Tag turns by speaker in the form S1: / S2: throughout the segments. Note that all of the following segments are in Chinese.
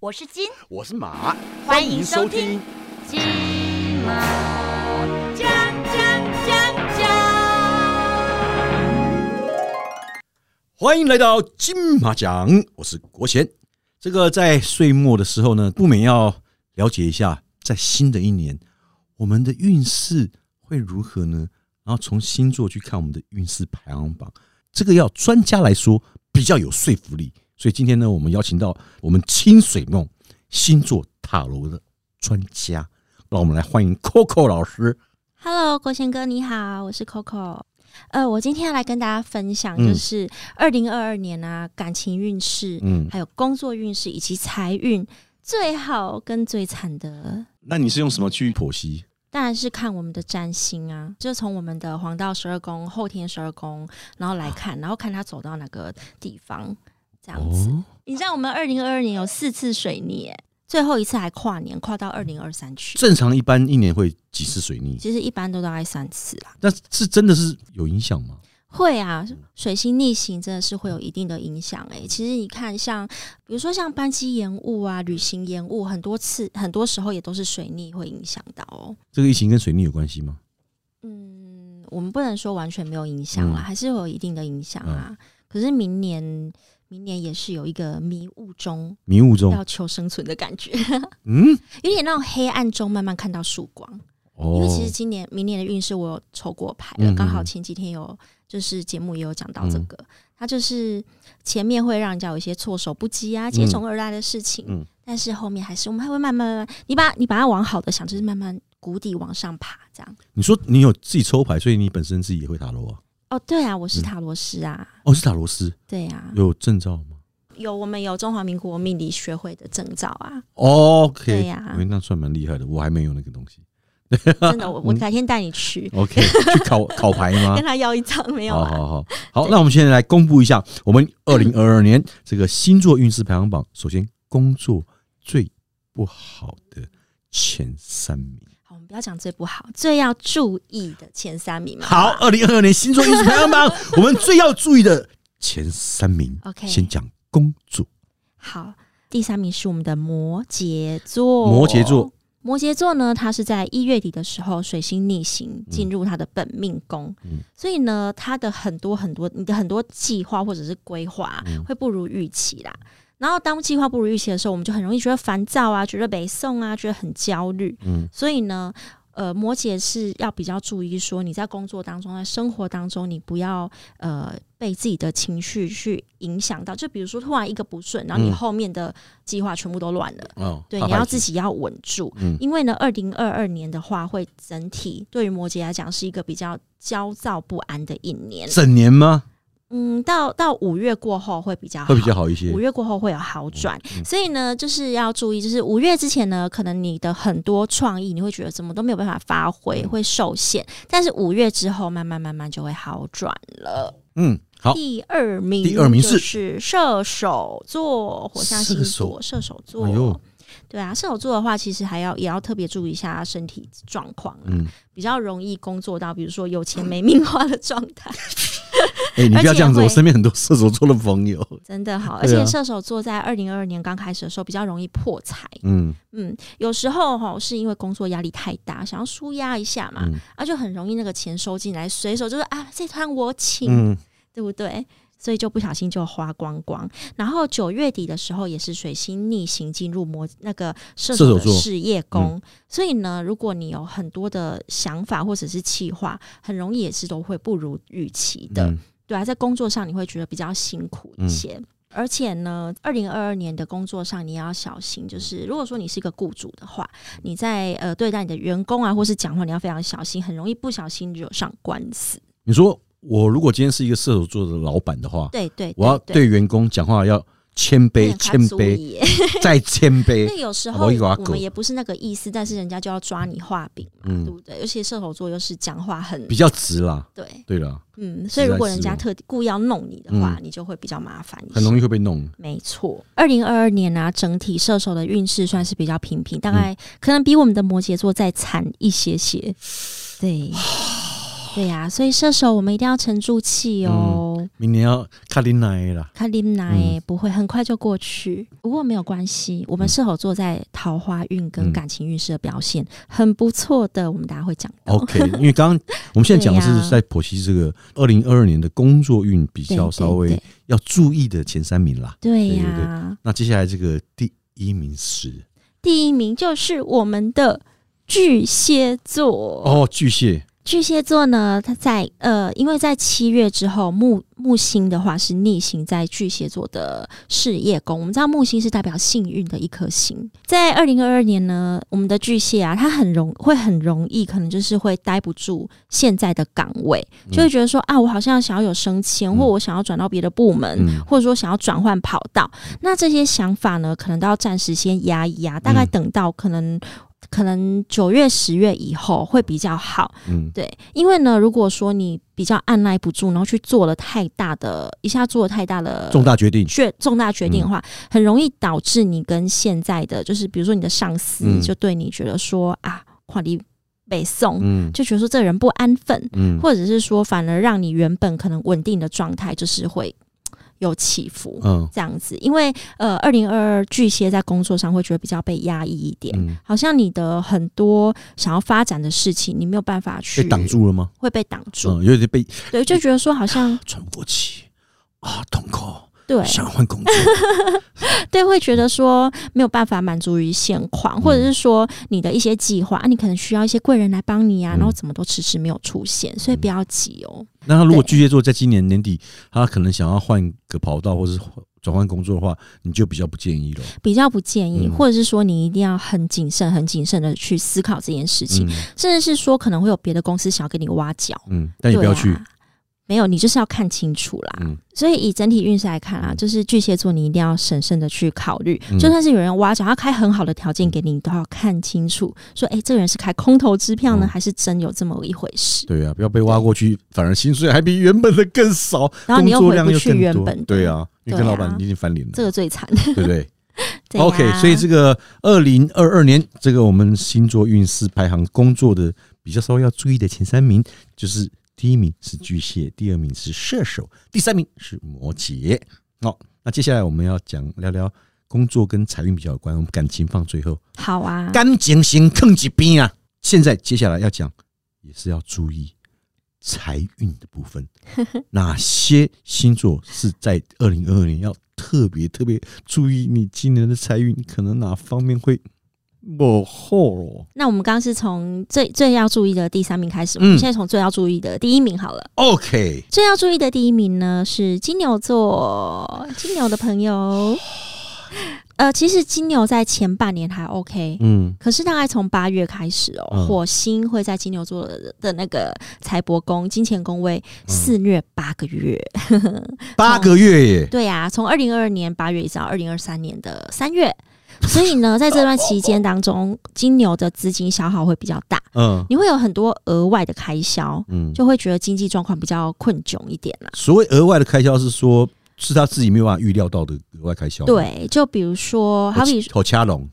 S1: 我是金，
S2: 我是马，
S1: 欢迎收听金马奖奖奖奖。
S2: 欢迎来到金马奖，我是国贤。这个在岁末的时候呢，不免要了解一下，在新的一年我们的运势会如何呢？然后从星座去看我们的运势排行榜，这个要专家来说比较有说服力。所以今天呢，我们邀请到我们清水梦星座塔罗的专家，让我们来欢迎 Coco 老师。
S3: Hello，国贤哥你好，我是 Coco。呃，我今天要来跟大家分享，
S2: 嗯
S3: 就是二零二二年啊，感情运势，
S2: 嗯，
S3: 还有工作运势以及财运最好跟最惨的，
S2: 那你是用什么去剖析？
S3: 当然是看我们的占星啊，就从我们的黄道十二宫、后天十二宫，然后来看，然后看他走到哪个地方，这样子。
S2: 哦，
S3: 你知道我们二零二二年有四次水逆耶，最后一次还跨年，跨到二零二三去。
S2: 正常一般一年会几次水逆？
S3: 其实一般都大概三次啦。
S2: 那是真的是有影响吗？
S3: 会啊，
S2: 嗯
S3: 水星逆行真的是会有一定的影响诶、其实你看像，比如说像班机延误啊、旅行延误，很多次、很多时候也都是水逆会影响到哦。
S2: 这个疫情跟水逆有关系吗？
S3: 嗯，我们不能说完全没有影响啦，
S2: 嗯
S3: 还是会有一定的影响啊。可是明年，明年也是有一个迷雾中
S2: 迷雾中，
S3: 要求生存的感觉，
S2: 嗯，
S3: 有点那种黑暗中慢慢看到曙光。因为
S2: 哦
S3: 其实今年、明年的运势我有抽过牌
S2: 嗯
S3: 了，
S2: 嗯
S3: 刚好
S2: 嗯
S3: 前几天有就是节目也有讲到这个，它就是前面会让人家有一些措手不及啊、接踵而来的事情，
S2: 嗯
S3: 但是后面还是我们还会慢慢慢慢，你把你把它往好的想，就是慢慢谷底往上爬这样。
S2: 你说你有自己抽牌，所以你本身自己也会塔罗啊？
S3: 哦，对啊，我是
S2: 嗯
S3: 塔罗师啊，
S2: 哦，是塔罗师，
S3: 对啊，
S2: 有证照吗
S3: 有我们有中华民国命理学会的证照啊，
S2: 哦
S3: 对
S2: ？OK，
S3: 呀
S2: 哎那算蛮厉害的，我还没有那个东西。
S3: 真的，我我
S2: 嗯
S3: 改天带你去。
S2: OK，去考考牌吗
S3: 跟？他要一张没有
S2: 好
S3: 啊？
S2: 好好好，那我们现在来公布一下我们二零二二年这个星座运势排行榜。首先，工作最不好的前三名。
S3: 好我们不要讲最不好，最要注意的前三名嘛。
S2: 好，二零二二年星座运势排行 榜，我们最要注意的前三名。
S3: OK
S2: 先讲工作，
S3: 好，第三名是我们的摩羯座。
S2: 摩羯座，
S3: 摩羯座呢，它是在一月底的时候水星逆行进入它的本命宫，
S2: 嗯
S3: 所以呢，它的很多很多你的很多计划或者是规划
S2: 嗯
S3: 会不如预期啦。然后当计划不如预期的时候，我们就很容易觉得烦躁啊，觉得北宋啊，觉得很焦虑。
S2: 嗯
S3: 所以呢，呃，摩羯是要比较注意说，你在工作当中、在生活当中，你不要呃被自己的情绪去影响到。就比如说，突然一个不顺，然后你
S2: 嗯
S3: 后面的计划全部都乱了。
S2: 哦，
S3: 对，
S2: 大
S3: 你要
S2: 牌子
S3: 自己要稳住，
S2: 嗯
S3: 因为呢，二零二二年的话，会整体对于摩羯来讲是一个比较焦躁不安的一年。
S2: 整年吗？
S3: 嗯，到到五月过后会比较好，
S2: 会比较好一些
S3: 啊五。月过后会有好转，
S2: 嗯
S3: 所以呢，就是要注意，就是五月之前呢，可能你的很多创意你会觉得怎么都没有办法发挥，
S2: 嗯
S3: 会受限。但是五月之后，慢慢慢慢就会好转了。
S2: 嗯，好，
S3: 第二名，
S2: 第二名是
S3: 是射手座，火象星
S2: 射手
S3: 座，射手座。
S2: 哎呦
S3: 对啊，射手座的话，其实还要也要特别注意一下身体状况啊，
S2: 嗯，
S3: 比较容易工作到，比如说有钱没命花的状态。
S2: 哎，你不要这样子，
S3: 而且会
S2: 我身边很多射手座的朋友，
S3: 真的
S2: 对啊
S3: 好，而且射手座在二零二二年刚开始的时候比较容易破财，
S2: 嗯
S3: 嗯，有时候哈是因为工作压力太大，想要舒压一下嘛，
S2: 嗯
S3: 啊就很容易那个钱收进来，随手就是啊这团我请，
S2: 嗯，
S3: 对不对？所以就不小心就花光光。然后九月底的时候也是水星逆行进入摩那个射手
S2: 射手
S3: 的
S2: 座嗯
S3: 事业宫，所以呢，如果你有很多的想法或者是计划，很容易也是都会不如预期的。
S2: 嗯
S3: 对啊，在工作上你会觉得比较辛苦一些。而且呢，二零二二年的工作上你也要小心，就是如果说你是一个雇主的话，你在呃对待你的员工啊，或是讲话，你要非常小心，很容易不小心惹上官司。
S2: 你说我如果今天是一个射手座的老板的话，
S3: 对对对
S2: 我要对员工讲话要谦卑，谦卑，
S3: 卑。
S2: 再谦
S3: 因
S2: 卑。
S3: 为有时
S2: 啊
S3: 候
S2: 我一个阿
S3: 我
S2: 狗
S3: 们也不是那个意思，但是人家就要抓你画饼嘛，对
S2: 嗯，
S3: 不对？尤其射手座又是讲话很
S2: 比较直啦。
S3: 对，
S2: 对了，
S3: 嗯，所以
S2: 实在
S3: 如果
S2: 是
S3: 人家
S2: 哦
S3: 特地故意要弄你的话，
S2: 嗯
S3: 你就会比较麻烦一些。
S2: 很容易会被弄。
S3: 没错，二零二二年啊，整体射手的运势算是比较平平，大
S2: 嗯
S3: 概可能比我们的摩羯座再惨一 些些。对，对呀、所以射手我们一定要沉住气哦。呢，
S2: 明年要卡林来了，
S3: 看
S2: 嗯
S3: 林奶不会很快就过去，不过没有关系。我们射手座在桃花运
S2: 嗯
S3: 跟感情运势的表现很不错的，我们大家会讲到。
S2: OK，因为刚刚我们现在讲的
S3: 对
S2: 是
S3: 呀
S2: 在剖析这个二零二二年的工作运比
S3: 对
S2: 较稍微
S3: 对
S2: 要注意的前三名啦。
S3: 对
S2: 对
S3: 呀、
S2: 对那接下来这个第一名是
S3: 第一名就是我们的巨蟹座。
S2: 哦巨蟹，
S3: 巨蟹座呢，它在呃，因为在七月之后，木木星的话是逆行在巨蟹座的事业宫。我们知道木星是代表幸运的一颗星，在二零二二年呢，我们的巨蟹啊，它很容会很容易，可能就是会待不住现在的岗位，就会觉得说啊，我好像想要有升迁，
S2: 嗯
S3: 或我想要转到别的部门，
S2: 嗯，
S3: 或者说想要转换跑道，那这些想法呢，可能都要暂时先压一压，大概
S2: 嗯
S3: 等到可能、可能九月、十月以后会比较好。
S2: 嗯
S3: 对，因为呢，如果说你比较按耐不住，然后去做了太大的，一下做了太大的
S2: 重大决嗯定，
S3: 决重大决定的话，很容易导致你跟现在的，就是比如说你的上司
S2: 嗯
S3: 就对你觉得说、啊，快你北宋，
S2: 嗯
S3: 就觉得说这人不安分，
S2: 嗯，
S3: 或者是说反而让你原本可能稳定的状态就是会嘖有起伏。
S2: 嗯
S3: 这样子，因为呃，二零二二巨蟹在工作上会觉得比较被压抑一点，
S2: 嗯，
S3: 好像你的很多想要发展的事情，你没有办法去
S2: 被挡，住了吗？
S3: 会被挡住。
S2: 嗯，有点被
S3: 对，就觉得说 好像
S2: 喘不过气啊，痛苦，
S3: 对
S2: 想换工作，
S3: 对，会觉得说没有办法满足于现
S2: 嗯
S3: 况，或者是说你的一些计划，啊你可能需要一些贵人来帮你啊，
S2: 嗯
S3: 然后怎么都迟迟没有出现，所以不要急哦。
S2: 那他如果
S3: 对
S2: 巨蟹座在今年年底，他可能想要换个跑道或是转换工作的话，你就比较不建议了。
S3: 比较不建议，
S2: 嗯
S3: 或者是说你一定要很谨慎、很谨慎的去思考这件事情，
S2: 嗯
S3: 甚至是说可能会有别的公司想要跟你挖角，
S2: 嗯，但也不要去
S3: 对。啊没有，你就是要看清楚啦。
S2: 嗯
S3: 所以以整体运势来看啊，
S2: 嗯
S3: 就是巨蟹座，你一定要审慎的去考虑。
S2: 嗯
S3: 就算是有人挖角，他开很好的条件给你，你都要看清楚，说，哎、这个人是开空头支票呢，
S2: 嗯
S3: 还是真有这么一回事？
S2: 对啊，不要被挖过去，反而薪水还比原本的更少，
S3: 然后你又
S2: 工作量
S3: 回不
S2: 又
S3: 去
S2: 更
S3: 原
S2: 多
S3: 本的
S2: 对啊，你跟
S3: 对啊
S2: 老板已经翻脸了，
S3: 这个最惨。
S2: 对不对
S3: 对啊呀
S2: ？OK，所以这个二零二二年，这个我们星座运势排行工作的比较稍微要注意的前三名，就是第一名是巨蟹，第二名是射手，第三名是摩羯。好，那接下来我们要讲聊聊工作跟财运比较有关，我们感情放最后。
S3: 好啊，
S2: 感情先坑一边啊！现在接下来要讲，也是要注意财运的部 分，哪些星座是在二零二二年要特别特别注意？你今年的财运可能哪方面会落后哦？
S3: 那我们刚刚是从最最要注意的第三名开始，
S2: 嗯
S3: 我们现在从最要注意的第一名好了。
S2: OK，
S3: 最要注意的第一名呢是金牛座，金牛的 朋友，呃，其实金牛在前半年还 OK，
S2: 嗯
S3: 可是大概从八月开始哦，
S2: 嗯
S3: 火星会在金牛座的的那个财帛宫、金钱宫位肆
S2: 嗯
S3: 虐八个月。
S2: 八个月耶，
S3: 对啊，从二零二二年八月一直到二零二三年的三月，所以呢，在这段期间当中，金牛的资金消耗会比较大，
S2: 嗯
S3: 你会有很多额外的开销，
S2: 嗯，
S3: 就会觉得经济状况比较困窘一点啦。
S2: 所谓额外的开销是说，是他自己没有办法预料到的额外开销吗，
S3: 对，就比如说，
S2: 好，
S3: 好比
S2: 好掐拢，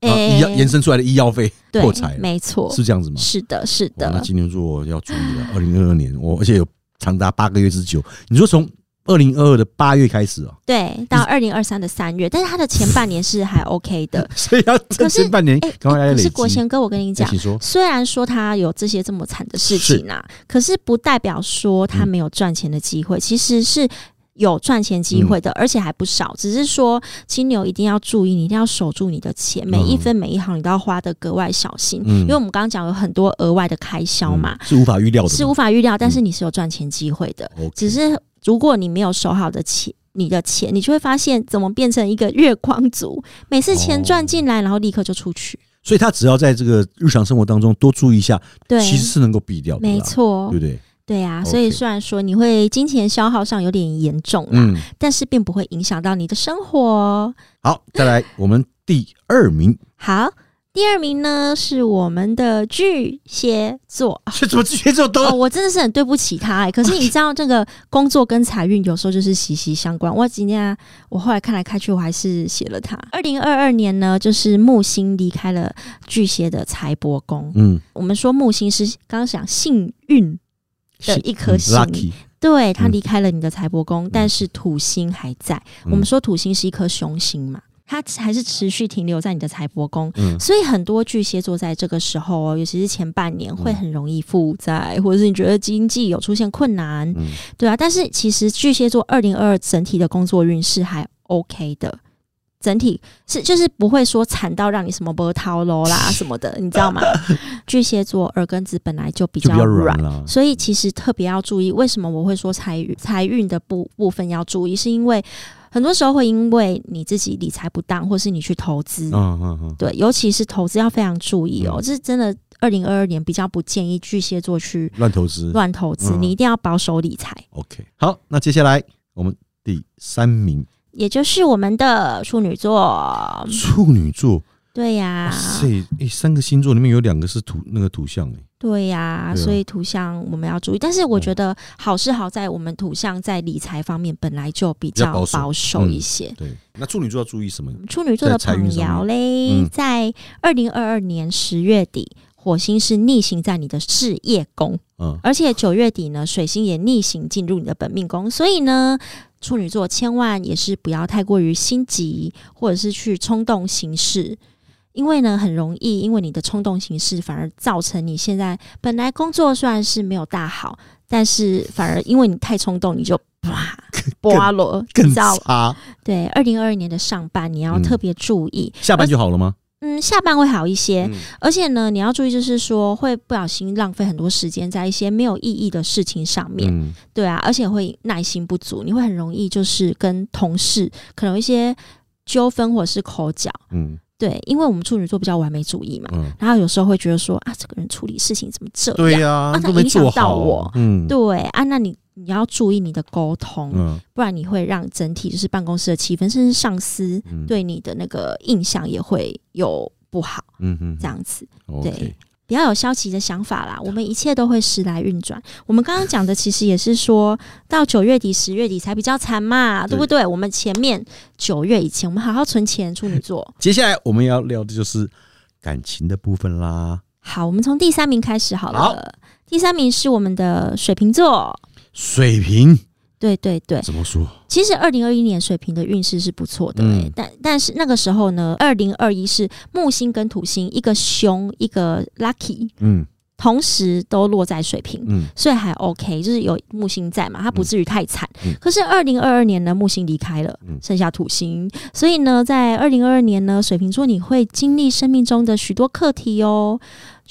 S2: 然后医
S3: 诶
S2: 药啊延伸出来的医药费
S3: 对
S2: 破财，了，
S3: 没错，
S2: 是这样子吗？
S3: 是的，是
S2: 哇哦那
S3: 的，
S2: 金牛座要注意了， 二零二二年，哦我而且有长达八个月之久。你说从二零二二的八月开始啊，
S3: 对，到二零二三的三月，但是它的前半年是还 OK 的。
S2: 所以要这
S3: 可是
S2: 前半年
S3: 哎、
S2: 赶快来
S3: 可
S2: 累积。
S3: 是国贤哥，我跟你
S2: 哎
S3: 讲，
S2: 请说，
S3: 虽然说他有这些这么惨的事情啊，可是不代表说他没有赚钱的机
S2: 嗯
S3: 会，其实是。有赚钱机会的，而且还不少。只是说金牛一定要注意，你一定要守住你的钱，每一分每一毫你都要花的格外小心。
S2: 嗯
S3: 因为我们刚刚讲有很多额外的开销嘛，
S2: 嗯是无法预料的嘛，
S3: 是无法预料，但
S2: 嗯
S3: 是你是有赚钱机会的。
S2: OK
S3: 只是如果你没有守好的钱，你的钱，你就会发现怎么变成一个月光族，每次
S2: 哦
S3: 钱赚进来，然后立刻就出去。
S2: 所以他只要在这个日常生活当中多注意一下，
S3: 对，
S2: 其实是能够避掉的，
S3: 没，错
S2: 对不，对？
S3: 对啊。
S2: OK
S3: 所以虽然说你会金钱消耗上有点严重啦，
S2: 嗯，
S3: 但是并不会影响到你的生活哦。
S2: 好，再来我们第二名，
S3: 好，第二名呢是我们的巨蟹 座。
S2: 这怎么巨蟹座
S3: 哦，
S2: 都
S3: 我真的是很对不起他 哎、可是你知道，这个工作跟财运有时候就是息息相关。我今天啊我后来看来看去，我还是写了他。二零二二年呢，就是木星离开了巨蟹的财帛宫。
S2: 嗯
S3: 我们说木星是刚刚讲幸运的一颗
S2: 嗯
S3: 星
S2: ，lucky，
S3: 对他
S2: 嗯
S3: 离开了你的财帛宫，但是土星还在。我们说土星是一颗凶星嘛，它还是持续停留在你的财帛宫，
S2: 嗯
S3: 所以很多巨蟹座在这个时候哦，尤其是前半年
S2: 嗯
S3: 会很容易负债，或者是你觉得经济有出现困难，
S2: 嗯
S3: 对啊。但是其实巨蟹座二零二二整体的工作运势还 OK 的。整体是就是不会说惨到让你什么波涛喽 啦什么的，你知道吗？巨蟹座耳根子本来就比
S2: 就
S3: 较
S2: 比较
S3: 软
S2: 软，了。
S3: 所以其实特别要注意，为什么我会说财运财运的部部分要注意，是因为很多时候会因为你自己理财不当，或是你去投资，
S2: 嗯嗯嗯，
S3: 对，尤其是投资要非常注意哦。
S2: 嗯
S3: 这是真的，二零二二年比较不建议巨蟹座去
S2: 乱投资。
S3: 乱投资，
S2: 嗯
S3: 你一定要保守理财。
S2: OK，好，那接下来我们第三名
S3: 也就是我们的处女座，
S2: 处女座，
S3: 对呀、
S2: 哇塞，哎，三个星座里面有两个是土那个土象哎，
S3: 对呀、
S2: 对啊
S3: 所以图像我们要注意，但是我
S2: 嗯
S3: 觉得好是好在我们图像在理财方面本来就比
S2: 比较
S3: 较
S2: 保守
S3: 保守
S2: 嗯
S3: 一些，
S2: 对，那处女座要注意什么？
S3: 处女座的朋友嘞，
S2: 嗯
S3: 在二零二二年十月底，火星是逆行在你的事业宫，
S2: 嗯，
S3: 而且九月底呢，水星也逆行进入你的本命宫，所以呢。处女座千万也是不要太过于心急，或者是去冲动行事，因为呢很容易因为你的冲动行事，反而造成你现在本来工作虽然是没有大好，但是反而因为你太冲动，你就 啪刮落，你
S2: 更
S3: 知道
S2: 差，
S3: 对，二零二二年的上半你要
S2: 嗯
S3: 特别注意，
S2: 下班就好了吗？
S3: 嗯下半会好一些，
S2: 嗯
S3: 而且呢，你要注意就是说会不小心浪费很多时间在一些没有意义的事情上面，
S2: 嗯
S3: 对啊，而且会耐心不足，你会很容易就是跟同事可能有一些纠纷或者是口角，
S2: 嗯
S3: 对，因为我们处女座比较完美主义嘛，
S2: 嗯，
S3: 然后有时候会觉得说啊，这个人处理事情怎么这
S2: 对
S3: 样，
S2: 呀，
S3: 啊
S2: 都没做
S3: 影响到
S2: 好
S3: 我，
S2: 嗯，
S3: 对啊，那你你要注意你的沟通，
S2: 嗯
S3: 不然你会让整体就是办公室的气氛，甚至上司
S2: 嗯，
S3: 对你的那个印象也会有不好，
S2: 嗯嗯，啊
S3: 这样子。
S2: OK，
S3: 对不要有消极的想法啦，我们一切都会时来运转。我们刚刚讲的其实也是说到九月底、十月底才比较惨嘛，
S2: 对
S3: 对不对？我们前面九月以前，我们好好存钱，处女座。
S2: 接下来我们要聊的就是感情的部分啦。
S3: 好，我们从第三名开始好了。
S2: 好
S3: 第三名是我们的水瓶座，
S2: 水瓶
S3: 对对对，
S2: 怎么说？
S3: 其实二零二一年水瓶的运势是不错的、欸
S2: 嗯
S3: 但但是那个时候呢，二零二一是木星跟土星一个凶一个 lucky，
S2: 嗯
S3: 同时都落在水瓶。
S2: 嗯
S3: 所以还 OK，就是有木星在嘛，它不至于太惨。
S2: 嗯
S3: 可是二零二二年呢，木星离开了
S2: 嗯，
S3: 剩下土星，所以呢，在二零二二年呢，水瓶座你会经历生命中的许多课题哦，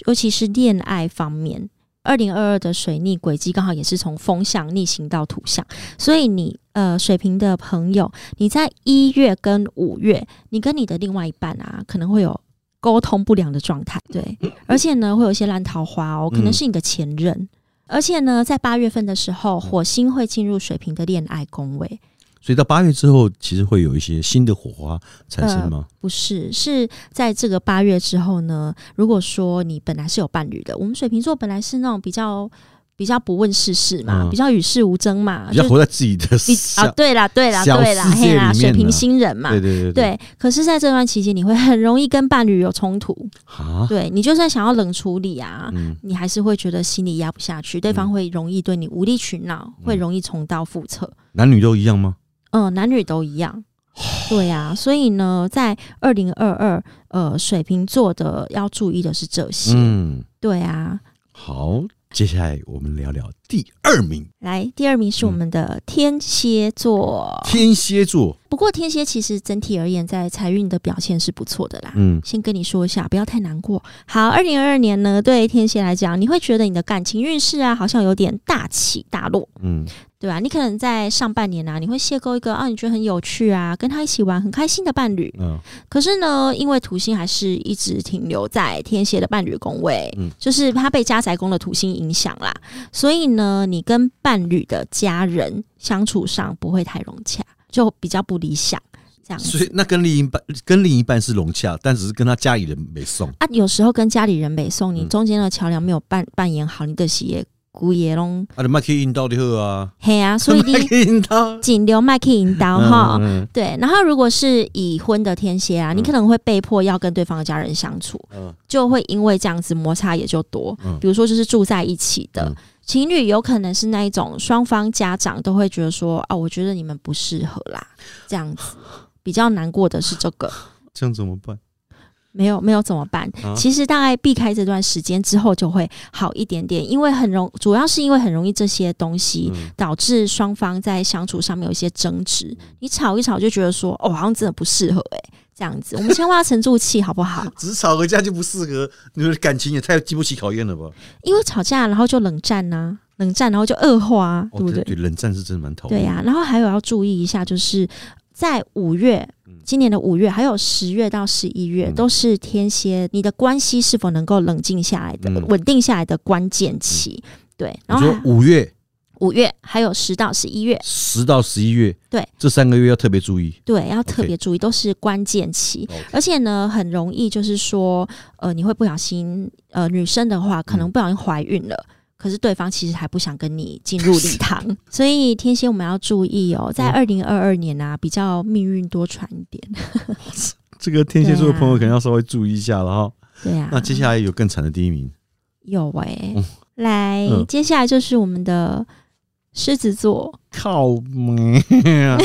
S3: 尤其是恋爱方面。二零二二的水逆轨迹刚好也是从风向逆行到土象，所以你呃水瓶的朋友，你在一月跟五月，你跟你的另外一半啊，可能会有沟通不良的状态，对，而且呢会有一些烂桃花哦，可能是你的前任，而且呢，在八月份的时候，火星会进入水瓶的恋爱宫位，
S2: 所以到八月之后，其实会有一些新的火花产生吗？
S3: 不是是在这个八月之后呢？如果说你本来是有伴侣的，我们水瓶座本来是那种比较比较不问世事嘛，
S2: 嗯
S3: 比较与世无争嘛，
S2: 比较
S3: 啊就
S2: 活在自己的
S3: 比
S2: 想
S3: 啊，对啦，对啦，
S2: 小
S3: 对啦，
S2: 世界
S3: 嘿啦，
S2: 里面
S3: 水
S2: 呢
S3: 瓶星人嘛。
S2: 对对对
S3: 对，可是在这段期间，你会很容易跟伴侣有冲突。
S2: 啊，
S3: 对你就算想要冷处理啊，
S2: 嗯
S3: 你还是会觉得心里压不下去，对方会容易对你无理取闹，会
S2: 嗯
S3: 容易重蹈覆辙。
S2: 男女都一样吗？
S3: 嗯，男女都一样。对呀、所以呢，在二零二二，呃，水瓶座的要注意的是这些。
S2: 嗯，
S3: 对啊，
S2: 好，接下来我们聊聊第二名
S3: 来，第二名
S2: 嗯
S3: 是我们的天蝎座。
S2: 天蝎座，
S3: 不过天蝎其实整体而言，在财运的表现是不错的啦。
S2: 嗯
S3: 先跟你说一下，不要太难过。好，二零二二年呢，对天蝎来讲，你会觉得你的感情运势啊，好像有点大起大落。
S2: 嗯
S3: 对啊，你可能在上半年啊，你会邂逅一个啊，你觉得很有趣啊，跟他一起玩很开心的伴侣。
S2: 嗯
S3: 可是呢，因为土星还是一直停留在天蝎的伴侣宫位，
S2: 嗯
S3: 就是他被家宅宫的土星影响啦，所以呢，你跟伴侣的家人相处上不会太融洽，就比较不理想这样
S2: 所以
S3: 子。
S2: 那跟另一半跟另一半是融洽，但只是跟他家里人没送，
S3: 啊，有时候跟家里人北送，你
S2: 嗯
S3: 中间的桥梁没有扮扮演好，你的喜也姑爷拢
S2: 啊，你麦可以引到的后啊，
S3: 嘿啊，所以
S2: 麦
S3: 你哦
S2: 可以引到，
S3: 紧留麦克引导哈。
S2: 嗯
S3: 对，然后如果是已婚的天蝎啊，你
S2: 嗯
S3: 可能会被迫要跟对方的家人相处，
S2: 嗯
S3: 就会因为这样子摩擦也就多。
S2: 嗯
S3: 比如说就是住在一起的，
S2: 嗯
S3: 情侣有可能是那一种双方家长都会觉得说啊，我觉得你们不适合啦，这样子比较难过的是这个。
S2: 这样怎么办？
S3: 没有没有怎么办？
S2: 啊
S3: 其实大概避开这段时间之后就会好一点点，因为很容，主要是因为很容易这些东西
S2: 嗯
S3: 导致双方在相处上面有一些争执，你吵一吵就觉得说哦，好像真的不适合哎、这样子，我们千万要沉住气，好不好？
S2: 只吵个架就不适合，你们的感情也太经不起考验了吧？
S3: 因为吵架然后就冷战呐、冷战然后就恶化、啊，对不对？
S2: 哦对，冷战是真的蛮讨厌。
S3: 对呀、啊然后还有要注意一下，就是在五月
S2: 嗯，
S3: 今年的五月，还有十月到十一月，
S2: 嗯
S3: 都是天蝎你的关系是否能够冷静下来的、
S2: 嗯
S3: 稳定下来的关键期。对，然
S2: 你
S3: 后
S2: 说
S3: 还
S2: 五月
S3: 五月还有十到十一月，
S2: 十到十一月，
S3: 对，
S2: 这三个月要特别注意。
S3: 对，要特
S2: OK 哦
S3: 别注意，都是关键期。
S2: OK
S3: 而且呢，很容易就是说，呃，你会不小心，呃，女生的话可能
S2: 嗯
S3: 不小心怀孕了。可是对方其实还不想跟你进入 礼堂，所以天蝎我们要注意哦，
S2: 嗯
S3: 在二零二二年啊，比较命运多舛一点。
S2: 这个天蝎座的朋友
S3: 对啊
S2: 可能要稍微注意一下了哈。
S3: 对啊，
S2: 那接下来有更惨的第一名，
S3: 有哎、
S2: 嗯
S3: 来，
S2: 嗯
S3: 接下来就是我们的狮子座，
S2: 靠妹啊，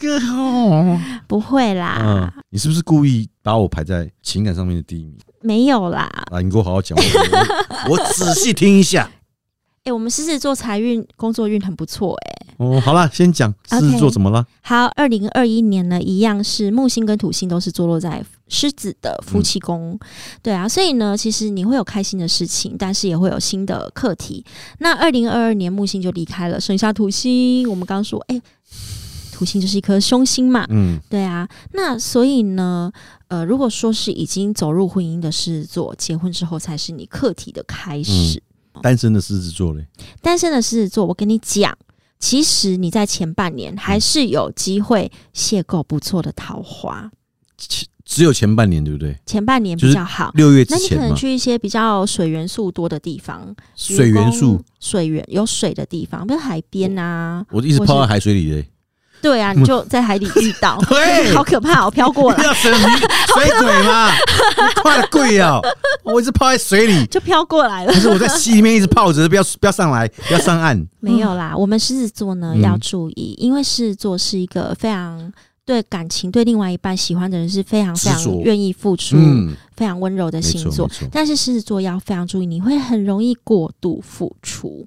S2: 哥好
S3: 不会啦，
S2: 嗯，你是不是故意把我排在情感上面的第一名
S3: 没有啦，
S2: 啊？你给我好好讲，我我 我仔细听一下。
S3: 哎、我们狮子座财运、工作运很不错哎、
S2: 哦，好啦，先讲狮
S3: OK
S2: 子座怎么了？
S3: 好，二零二一年呢，一样是木星跟土星都是坐落在狮子的夫妻宫，对啊，所以呢，其实你会有开心的事情，但是也会有新的课题。那二零二二年木星就离开了，剩下土星，我们刚说，哎、土星就是一颗凶星嘛，
S2: 嗯，
S3: 对啊，那所以呢，呃，如果说是已经走入婚姻的狮子座，结婚之后才是你课题的开始。
S2: 单身的狮子座嘞，
S3: 单身的狮子座，我跟你讲，其实你在前半年还是有机会邂逅不错的桃花，
S2: 其只有前半年对不对？
S3: 前半年比较好。
S2: 六月
S3: 那
S2: 之
S3: 你可
S2: 前
S3: 能
S2: 嘛，
S3: 去一些比较水元素多的地方，比如
S2: 水元素
S3: 说，水源有水的地方，比如海边啊，
S2: 我一直泡在海水里嘞。，
S3: 对啊，你就在海里遇到
S2: 对
S3: 好可怕哦，飘过
S2: 不
S3: 来
S2: 要水泥水鬼嘛，你快了贵啊！我一直泡在水里，
S3: 就飘过来了
S2: 可。是我在溪里面一直泡着，不要不要上来，不要上岸。
S3: 没有啦，我们狮子座呢
S2: 嗯
S3: 要注意，因为狮子座是一个非常对感情、对另外一半喜欢的人是非常非
S2: 执着
S3: 常愿意付出、
S2: 嗯，
S3: 非常温柔的
S2: 没
S3: 星
S2: 错
S3: 座
S2: 没。错。
S3: 但是狮子座要非常注意，你会很容易过度付出，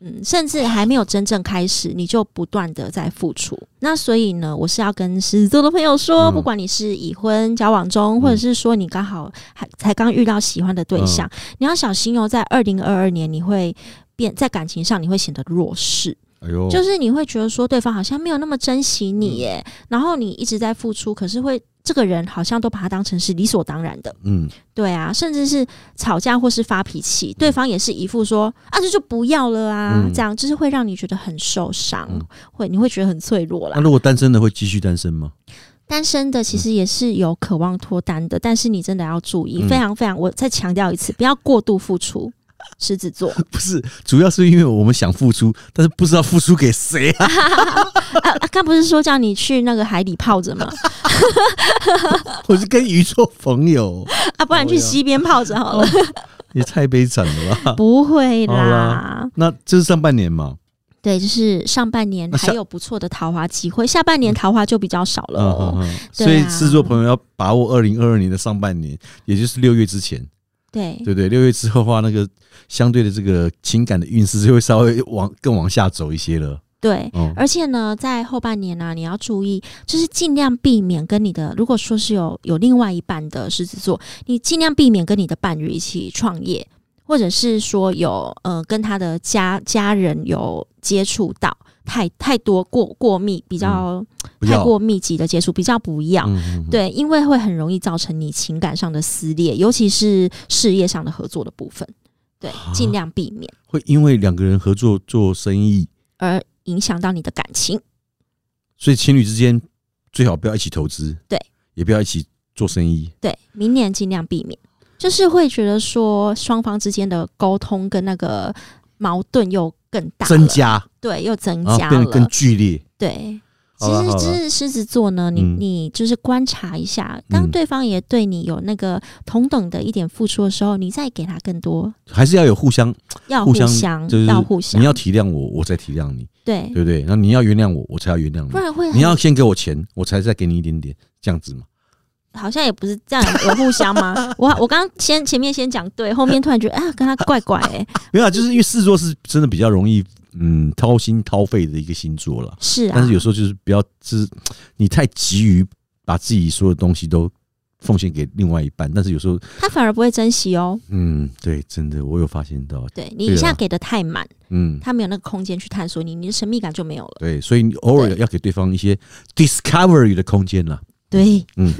S3: 嗯，甚至还没有真正开始，你就不断的在付出。那所以呢，我是要跟狮子座的朋友说，
S2: 嗯
S3: 不管你是已婚交往中，或者是说你刚好还才刚遇到喜欢的对象，你要小心哦，在二零二二年你会变在感情上你会显得弱势。
S2: 哎呦，
S3: 就是你会觉得说对方好像没有那么珍惜你耶，然后你一直在付出，可是会这个人好像都把他当成是理所当然的，
S2: 嗯，
S3: 对啊，甚至是吵架或是发脾气，对方也是一副说啊这就不要了啊，
S2: 嗯
S3: 这样就是会让你觉得很受伤，
S2: 嗯
S3: 会你会觉得很脆弱
S2: 那
S3: 啦。
S2: 如果单身的会继续单身吗？
S3: 单身的其实也是有渴望脱单的，但是你真的要注意，
S2: 嗯
S3: 非常非常，我再强调一次，不要过度付出。狮子座
S2: 不是，主要是因为我们想付出，但是不知道付出给谁啊。
S3: 啊，啊刚不是说叫你去那个海里 泡着吗？
S2: 我是跟鱼做朋友，
S3: 啊，不然
S2: 哦
S3: 去溪边泡着好了。
S2: 也太悲惨了吧？
S3: 不会
S2: 哦好
S3: 啦，
S2: 那这是上半年嘛？
S3: 对，就是上半年
S2: 那下
S3: 还有不错的桃花机会，下半年桃花就比较少了
S2: 嗯嗯
S3: 哦。
S2: 嗯。
S3: 对啊
S2: 所以狮子座朋友要把握二零二二年的上半年，也就是六月之前，
S3: 对，
S2: 对不对？六月之后的话，那个相对的这个情感的运势就会稍微往更往下走一些了。
S3: 对。
S2: 哦，
S3: 而且呢，在后半年呢、你要注意，就是尽量避免跟你的，如果说是有有另外一半的狮子座，你尽量避免跟你的伴侣一起创业，或者是说有呃跟他的家家人有接触到太太多过过密，比较、
S2: 嗯不
S3: 太
S2: 要，
S3: 过密集的接触，比较不要。
S2: 嗯嗯嗯
S3: 对，因为会很容易造成你情感上的撕裂，尤其是事业上的合作的部分，对，尽量避免，
S2: 会因为两个人合作做生意，
S3: 而影响到你的感情。
S2: 所以情侣之间最好不要一起投资，
S3: 对，
S2: 也不要一起做生意。
S3: 对，明年尽量避免，就是会觉得说双方之间的沟通跟那个矛盾又更大了
S2: 增，加，
S3: 对，又增
S2: 然后
S3: 加
S2: 变
S3: 了，
S2: 得更剧烈。
S3: 对，其
S2: 好了
S3: 实
S2: 好了
S3: 就是狮子座呢，你
S2: 嗯
S3: 你就是观察一下，当
S2: 嗯
S3: 对方也对你有那个同等的一点付出的时候，你再给他更多，
S2: 还是要有互相，
S3: 要
S2: 互
S3: 哦互
S2: 相
S3: 相
S2: 就是
S3: 要互相
S2: 你，要体谅我，我再体谅你，
S3: 对，
S2: 对不对？那你要原谅我，我才要原谅
S3: 不
S2: 你。
S3: 然会
S2: 你
S3: 很
S2: 要先给我钱，我才再给你一点点，这样子嘛。
S3: 好像也不是这样有互相吗？ 我我刚刚先前面先讲对，后面突然觉得啊，跟他怪怪哎、
S2: 没有啊，就是因为狮子座是真的比较容易，嗯，掏心掏肺的一个星座啦。
S3: 是啊，
S2: 但是有时候就是不要，就是你太急于把自己所有东西都奉献给另外一半，但是有时候，
S3: 他反而不会珍惜哦。
S2: 嗯，对，真的，我有发现到，
S3: 对你
S2: 对啊
S3: 一下给的太满，
S2: 嗯，
S3: 他没有那个空间去探索你，你的神秘感就没有了。
S2: 对，所以你偶尔
S3: 对
S2: 要给对方一些 discovery 的空间啦。
S3: 对，
S2: 嗯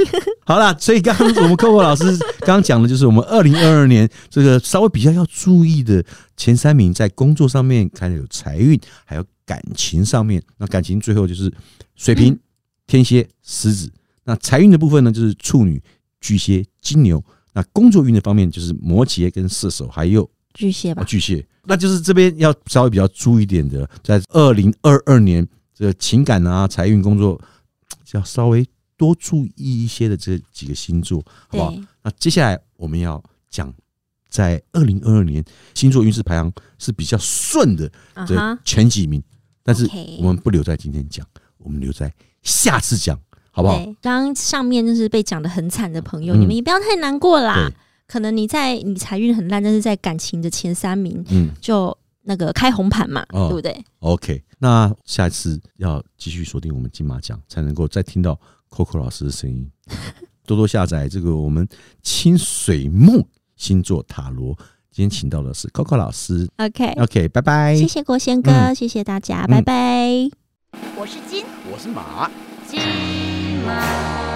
S2: 好啦，所以刚刚我们 Coco 老师刚刚讲的就是我们二零二二年这个稍微比较要注意的前三名，在工作上面开始有财运，还有感情上面。那感情最后就是水瓶、天蝎、狮子。那财运的部分呢，就是处女、巨蟹、金牛。那工作运的方面就是摩羯跟射手，还有
S3: 巨蟹吧
S2: 啊，，巨蟹，那就是这边要稍微比较注意一点的，在二零二二年这个情感啊、财运、工作，要稍微多注意一些的这几个星座，好不好？
S3: 对，
S2: 那接下来我们要讲，在二零二二年星座运势排行是比较顺的
S3: 啊
S2: 这
S3: 哈，
S2: 前几名，但是
S3: OK
S2: 我们不留在今天讲，我们留在下次讲，好不好？
S3: 对，刚刚上面就是被讲的很惨的朋友，
S2: 嗯
S3: 你们也不要太难过啦
S2: 对。
S3: 可能你在你财运很烂，但是在感情的前三名
S2: 嗯
S3: 就那个开红盘嘛，
S2: 哦
S3: 对不对？
S2: ，OK，那下一次要继续锁定我们金马奖，才能够再听到 Coco 老师的声 音。多多下载这个我们清水梦星座塔罗。今天请到的是 Coco 老师
S3: OK，
S2: ，OK，拜拜。
S3: 哎谢谢国贤哥，
S2: 嗯
S3: 谢谢大家，
S2: 嗯
S3: 拜拜。
S1: 我是金
S2: 我是马。
S1: 金毛